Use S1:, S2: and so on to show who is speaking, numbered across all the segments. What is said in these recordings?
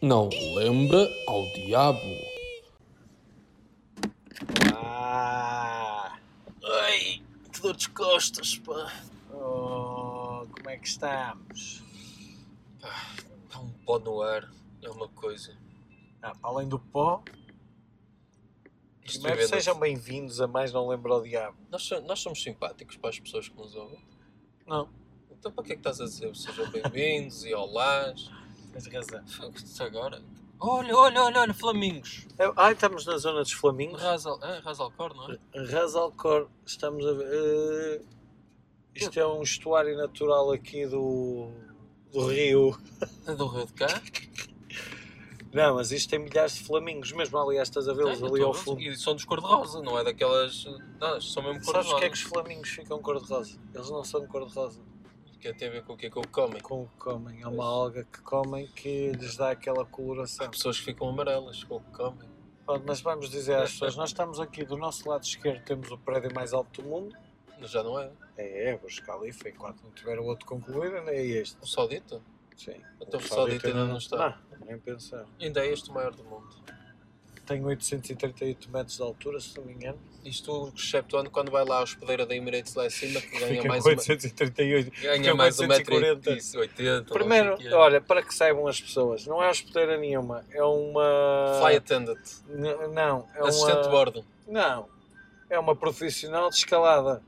S1: Não lembra ao diabo.
S2: Ah! Ai, que dor de costas, pá. Oh, como é que estamos?
S1: Está um pó no ar, é uma coisa.
S2: Ah, para além do pó,
S1: Isto
S2: primeiro
S1: vivendo-
S2: sejam bem-vindos a mais Não Lembro ao Diabo.
S1: Nós, so- nós somos simpáticos para as pessoas que nos ouvem.
S2: Não,
S1: Então para que é que estás a dizer? Sejam bem-vindos e olás.
S2: tens razão.
S1: Fogo-se é Agora. Olha, olha, olha, olha, flamingos.
S2: Eu- Ai, estamos na zona dos Flamingos.
S1: Rasal, ah, Rasalcor, não é?
S2: Rasalcor, estamos a ver. eh, isto é um estuário natural aqui do, do rio.
S1: É do Rio de Cá.
S2: Não, mas isto tem milhares de flamingos, mesmo aliás, estás a
S1: Ah,
S2: vê-los
S1: eu
S2: ali
S1: tô
S2: ao
S1: a ver.
S2: fundo.
S1: E são dos cor-de-rosa, não é daquelas. Não, são mesmo
S2: Sabes
S1: cor-de-rosa.
S2: porque é que os flamingos ficam cor-de-rosa? Eles não são de cor-de-rosa.
S1: Que tem a ver com o que é que eu comem.
S2: Com o que comem. É uma
S1: Pois.
S2: alga que comem que lhes dá aquela coloração.
S1: Há pessoas que ficam amarelas com o que comem.
S2: Pronto, mas vamos dizer às pessoas: nós estamos aqui do nosso lado esquerdo, temos o prédio mais alto do mundo.
S1: Mas já não é.
S2: É, é, Burj Khalifa, enquanto não tiver o outro concluído, ainda é este.
S1: O Saudita.
S2: Sim.
S1: Então,
S2: O
S1: o Saudita ainda não está.
S2: Não, Ah, nem pensar.
S1: Ainda é este o maior do mundo.
S2: Tem 838 metros de altura, se não me engano.
S1: Isto exceptuando quando vai lá a hospedeira da Emirates lá em cima que ganha
S2: Fica
S1: é mais
S2: com
S1: uma,
S2: 838.
S1: ganha
S2: fica
S1: mais um metro
S2: 440.
S1: e isso, 80. não
S2: Primeiro,
S1: sei o quê.
S2: olha, para que saibam as pessoas, não é hospedeira nenhuma, é uma.
S1: Fly attendant,
S2: N- Não, é
S1: assistente de
S2: uma.
S1: bordo.
S2: Não, é uma profissional de escalada.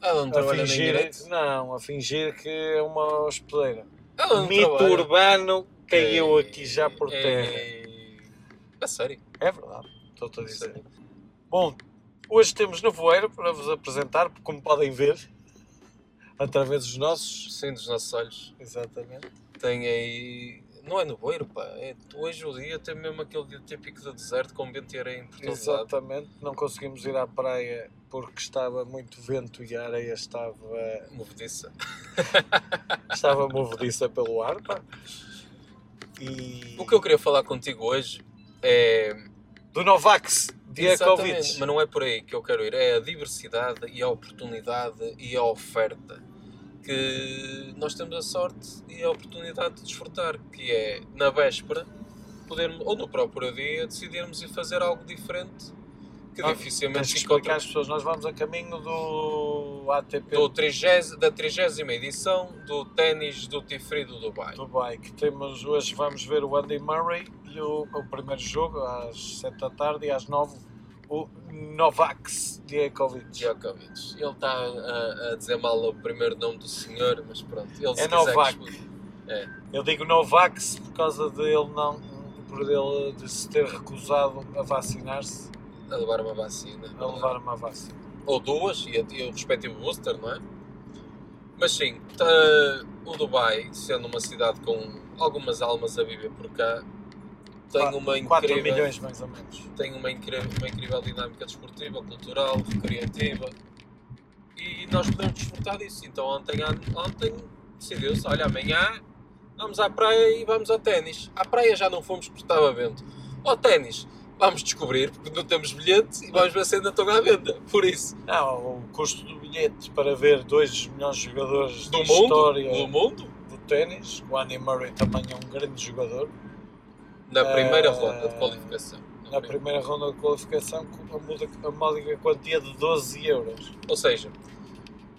S1: Ela não
S2: A
S1: trabalha um na
S2: fingir, é
S1: Emirates.
S2: não, a fingir que é uma hospedeira. Um
S1: Ela não
S2: Mito
S1: trabalha.
S2: urbano caiu aqui já por
S1: Um É-
S2: terra.
S1: A sério?
S2: É verdade, estou-te a
S1: A
S2: dizer.
S1: sério.
S2: Bom, hoje temos nevoeiro para vos apresentar, como podem ver, através dos nossos.
S1: Sim, dos nossos olhos.
S2: Exatamente.
S1: Tem aí... Não é no boeiro, pá. É- Hoje o dia tem mesmo aquele dia típico do deserto com vento e areia em todo lado.
S2: Exatamente, não conseguimos ir à praia porque estava muito vento e a areia estava,
S1: Movediça.
S2: estava movediça pelo ar. pá. E...
S1: O que eu queria falar contigo hoje é...
S2: Do Novax,
S1: Exatamente,
S2: Diakovic.
S1: mas não é por aí que eu quero ir, é a diversidade e a oportunidade e a oferta que nós temos a sorte e a oportunidade de desfrutar, que é na véspera podermos, ou no próprio dia decidirmos ir fazer algo diferente que
S2: Ah, Mas
S1: dificilmente se
S2: explicar
S1: encontra
S2: às pessoas, nós vamos a caminho do ATP
S1: do 30, da 30 edição do ténis do Tifri do Dubai.
S2: Dubai, que temos hoje, vamos ver o Andy Murray e o, o primeiro jogo às 7 da tarde e às 9 o Novax Djokovic.
S1: Djokovic. Ele está a, a dizer mal o primeiro nome do senhor, mas pronto, ele se quiser
S2: É
S1: que
S2: Novak.
S1: escute.
S2: Eu digo Novax por causa dele não por ele de se ter recusado a vacinar-se,
S1: a levar uma vacina.
S2: a levar uma vacina.
S1: ou duas, e, a- e o respectivo booster, não é? Mas sim, tá- o Dubai, sendo uma cidade com algumas almas a viver por cá, tem
S2: Qua-
S1: uma
S2: 4
S1: incrível,
S2: milhões mais ou menos.
S1: tem uma incrível, uma incrível dinâmica desportiva, cultural, recreativa, e nós podemos desfrutar disso. Então ontem, à- ontem decidiu-se, olha, amanhã vamos à praia e vamos ao ténis. À praia já não fomos porque estava vento. Ao ténis, vamos descobrir, porque não temos bilhete e vamos ver se ainda estão à venda. Por isso.
S2: Não, o custo do bilhete para ver dois dos melhores jogadores
S1: do
S2: da
S1: mundo,
S2: história
S1: do mundo,
S2: do ténis, o Andy Murray também é um grande jogador,
S1: na primeira
S2: Eh,
S1: ronda de qualificação. Na
S2: na
S1: prim-
S2: primeira ronda de qualificação com uma módica, a módica quantia de 12 euros.
S1: Ou seja,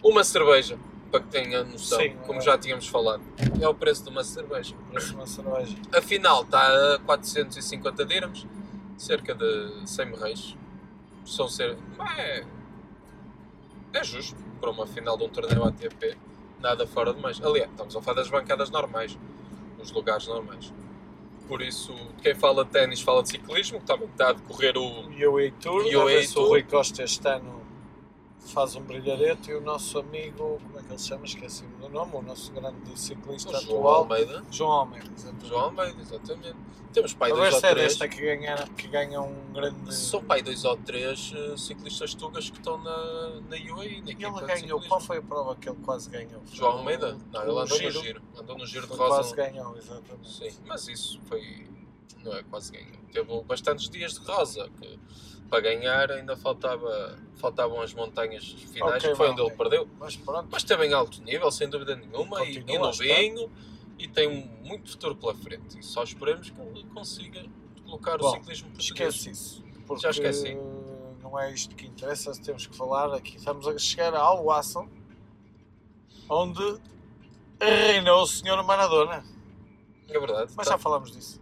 S1: uma cerveja, para que tenha noção,
S2: Sim,
S1: como
S2: é.
S1: já tínhamos falado, é o preço de uma cerveja.
S2: Parece uma cerveja.
S1: Afinal, está a 450 dirhams, cerca de 100 reis. São ser... mas é... é justo para uma final de um torneio ATP, nada fora de mais. Aliás, estamos a falar das bancadas normais, nos lugares normais. Por isso, quem fala de ténis fala de ciclismo, que também está a decorrer o,
S2: O UA Tour,
S1: UA
S2: a ver se o
S1: Tour.
S2: Rui Costa este ano faz um brilharete e o nosso amigo, como é que ele se chama? Esqueci-me do nome, o nosso grande ciclista
S1: O João
S2: atual,
S1: Almeida.
S2: João Almeida. exatamente.
S1: João Almeida, exatamente. Temos pai
S2: A
S1: dois
S2: ver
S1: ou
S2: se é
S1: três.
S2: desta que ganha, que ganha um grande.
S1: São pai dois ou três eh, ciclistas tugas que estão na, na UAE, na
S2: Ele
S1: equipa de
S2: ganhou,
S1: ciclismo.
S2: qual foi a prova que ele quase ganhou? Foi
S1: João
S2: no-
S1: Almeida? Não, ele
S2: no
S1: andou
S2: giro.
S1: no giro. Andou no giro de
S2: Foi
S1: rosa. é?
S2: Quase ganhou, exatamente.
S1: Sim, mas isso foi. Não é quase ganhou. Teve bastantes dias de rosa. Que, para ganhar ainda faltava, faltavam as montanhas finais,
S2: Ok,
S1: que foi
S2: vale.
S1: onde ele perdeu.
S2: Mas pronto,
S1: Mas também alto nível, sem dúvida nenhuma, e, e
S2: Continua a estar.
S1: novinho. E e tem um- muito futuro pela frente. E só esperemos que ele consiga colocar
S2: Bom,
S1: o ciclismo português.
S2: Esquece isso. Porque
S1: Já esqueci.
S2: Não é isto que interessa, temos que falar aqui. Estamos a chegar ao Watson, onde reinou o senhor Maradona.
S1: É verdade.
S2: Mas
S1: tá-
S2: já falámos disso.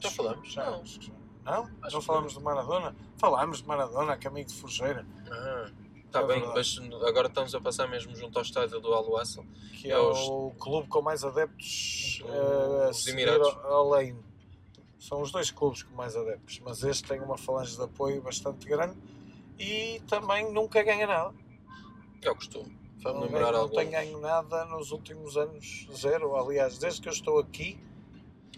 S1: Já falamos?
S2: Já,
S1: Não.
S2: acho que já. Não?
S1: Acho
S2: não
S1: que
S2: falámos do Maradona? Falámos de Maradona, a caminho de Fujeira.
S1: Ah, Está
S2: É
S1: bem,
S2: verdade.
S1: mas agora estamos a passar mesmo junto ao estádio do Aluassel.
S2: que
S1: É
S2: é,
S1: os-
S2: o clube com mais adeptos
S1: Do-
S2: eh, a
S1: dos
S2: seguir
S1: Emirados.
S2: ao- além. São os dois clubes com mais adeptos, mas este tem uma falange de apoio bastante grande e também nunca ganha nada.
S1: É o costume. Vamos
S2: Não
S1: lembrar
S2: ganha- não
S1: alguns.
S2: tem ganho nada nos últimos anos, zero. Aliás, desde que eu estou aqui,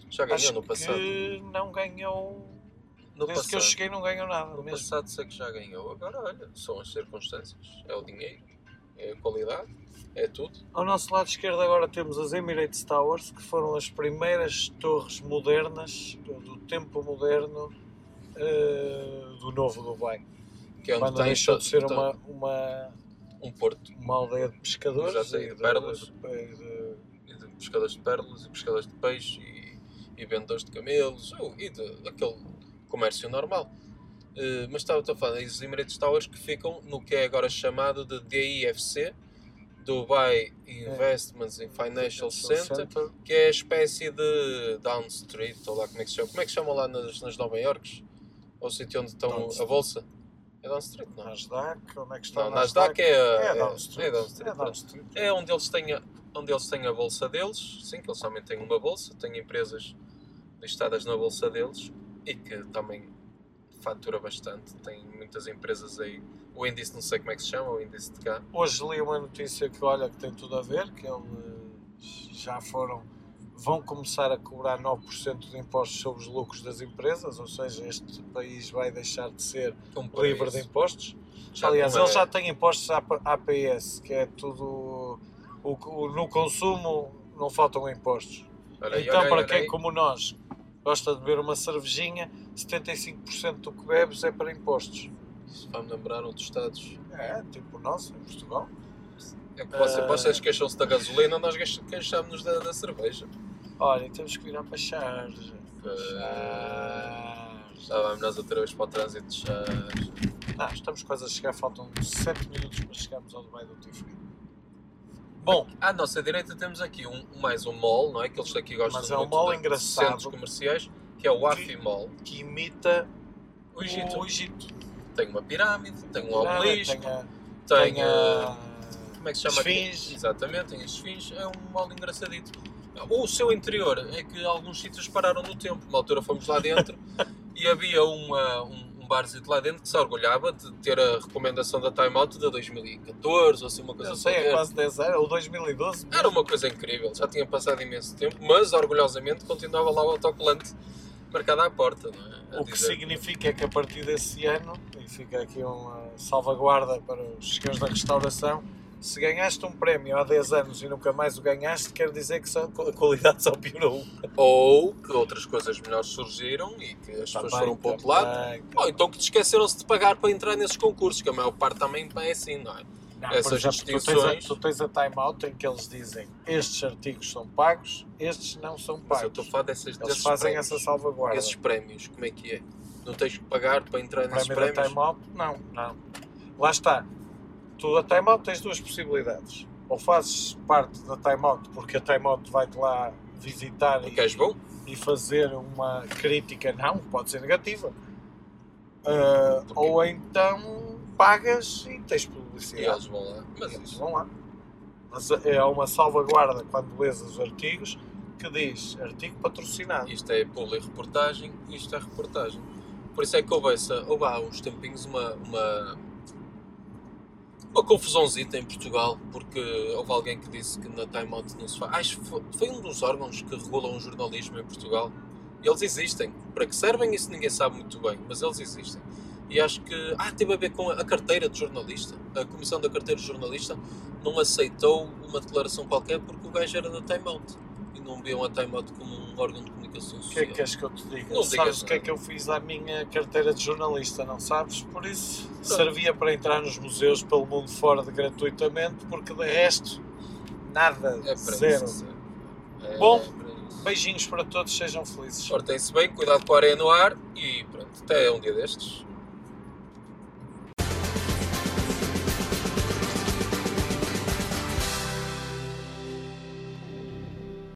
S1: Já ganhou
S2: acho
S1: no passado.
S2: que não ganhou.
S1: No
S2: desde que eu
S1: passado.
S2: cheguei, não ganhou nada.
S1: No
S2: mesmo.
S1: passado sei que já ganhou. Agora, olha, são as circunstâncias. É o dinheiro, é a qualidade, é tudo.
S2: Ao nosso lado esquerdo agora temos as Emirates Towers, que foram as primeiras torres modernas do do tempo moderno eh, do novo Dubai.
S1: Que é onde
S2: Quando
S1: tem
S2: deixou de ser
S1: tem
S2: uma, uma,
S1: um porto
S2: uma aldeia de pescadores
S1: Exato, e de pérolas.
S2: e de-
S1: e de pescadores de pérolas e pescadores de peixe e, e vendedores de camelos ou- e de, aquele comércio normal. Eh, mas estava estou a falar dos Emirates Towers que ficam no que é agora chamado de DIFC, Dubai
S2: É.
S1: Investments and Financial Center, que é a espécie de Down Street, ou lá como é que se chama? Como é que chamam lá nas, nas Nova Yorks? Ou o sítio onde estão
S2: Down
S1: a
S2: Street.
S1: bolsa? É Down Street, não?
S2: Nasdaq, onde é que está
S1: Não,
S2: o
S1: Nasdaq é, a-
S2: É
S1: é-
S2: Down Street.
S1: é Down Street,
S2: É Down Street.
S1: é onde eles têm a, onde eles têm a bolsa deles, sim, que eles também têm uma bolsa, têm empresas listadas na bolsa deles e que também fatura bastante, tem muitas empresas aí. O índice não sei como é que se chama, o índice de cá.
S2: Hoje li uma notícia que olha que tem tudo a ver, que eles já foram, vão começar a cobrar 9% de impostos sobre os lucros das empresas, ou seja, este país vai deixar de ser
S1: Um
S2: livre de
S1: país.
S2: impostos.
S1: Já
S2: Aliás,
S1: não é-
S2: eles já têm impostos à P- APS, que é tudo o, que- o- no consumo não faltam impostos.
S1: Olha aí,
S2: então,
S1: olha aí,
S2: para
S1: olha
S2: quem
S1: aí.
S2: como nós gosta de beber uma cervejinha, 75% do que bebes é para impostos.
S1: Isso vai-me lembrar outros estados.
S2: É, tipo nós, em Portugal.
S1: É que você,
S2: Ah.
S1: vocês queixam-se da gasolina, nós queix- queixamos-nos da, da cerveja.
S2: Olha, temos que virar para Charge.
S1: Já vamos nós outra vez para o trânsito de Chaves.
S2: Não, Ah, estamos quase a chegar, faltam 7 minutos para chegarmos ao Dubai do Tifre. Bom,
S1: À nossa direita temos aqui um, mais um mall, não é? Que eles aqui gostam
S2: Mas é um
S1: muito
S2: mall
S1: de- de
S2: engraçado.
S1: centros comerciais, que é o Afi Mall.
S2: que imita
S1: O Egito
S2: O Egito.
S1: tem uma pirâmide, tem um
S2: Nada,
S1: obelisco,
S2: Tem a,
S1: tem,
S2: tem
S1: ah,
S2: a-
S1: como é que se chama
S2: esfinge.
S1: aqui? Exatamente, tem as esfinges. É um mall engraçadito. O seu interior é que alguns sítios pararam no tempo. Uma altura fomos lá dentro e havia uma- um, um barzito lá dentro que se orgulhava de ter a recomendação da Time Out de 2014 ou assim, uma coisa
S2: Não sei,
S1: qualquer.
S2: é quase 10 anos, ou 2012.
S1: Era uma coisa incrível, já tinha passado imenso tempo, mas orgulhosamente continuava lá o autocolante marcado à porta, não é? A
S2: O que
S1: dizer-
S2: significa que a partir desse ano, e fica aqui uma salvaguarda para os senhores da restauração, se ganhaste um prémio há 10 anos e nunca mais o ganhaste, quer dizer que só, a qualidade só piorou.
S1: Ou que outras coisas melhores surgiram e que as pessoas foram para o outro lado.
S2: Também,
S1: Ou então que te esqueceram-se de pagar para entrar nesses concursos, que a maior parte também é assim, não é?
S2: Não,
S1: Essas
S2: por exemplo, Tu
S1: distinções-
S2: tens, a, tu tens a timeout em que eles dizem estes artigos são pagos, estes não são
S1: Mas eu
S2: pagos.
S1: estou a falar dessas,
S2: Eles
S1: desses
S2: fazem
S1: prémios.
S2: essa salvaguarda.
S1: Esses prémios, como é que é? Não tens que pagar para entrar nesses
S2: Prémio da
S1: prémios?
S2: timeout? Não, não. Lá está. Tu a timeout tens duas possibilidades. Ou fazes parte da timeout porque a timeout vai-te lá visitar
S1: Porque
S2: e,
S1: és bom?
S2: e fazer uma crítica, não, pode ser negativa.
S1: Hum,
S2: Ah,
S1: Porquê?
S2: ou então pagas e tens
S1: E
S2: publicidade.
S1: eles vão lá. Mas
S2: Eles
S1: isso
S2: vão lá. Mas é uma salvaguarda quando lês os artigos que diz artigo patrocinado.
S1: Isto é publi reportagem, isto é reportagem. Por isso é que houve, essa, houve há uns tempinhos uma, uma, uma confusãozita em Portugal, porque houve alguém que disse que na Time Out não se faz. Acho que foi, foi um dos órgãos que regulam o jornalismo em Portugal. Eles existem. Para que servem, isso ninguém sabe muito bem, mas eles existem. E acho que. Ah, teve a ver com a carteira de jornalista. A comissão da carteira de jornalista não aceitou uma declaração qualquer porque o gajo era da Time Out. E não viam a Time Out como um órgão de comunicação
S2: O que
S1: social.
S2: é que queres que eu te diga?
S1: Não digas
S2: sabes o que é que eu fiz à minha carteira de jornalista, não sabes? Por isso, servia para entrar nos museus pelo mundo fora de gratuitamente, porque de resto, nada,
S1: É para
S2: zero.
S1: isso. que serve. É
S2: Bom,
S1: para
S2: Beijinhos para todos, sejam felizes.
S1: Portem-se bem, cuidado com a areia no ar e pronto, até um dia destes.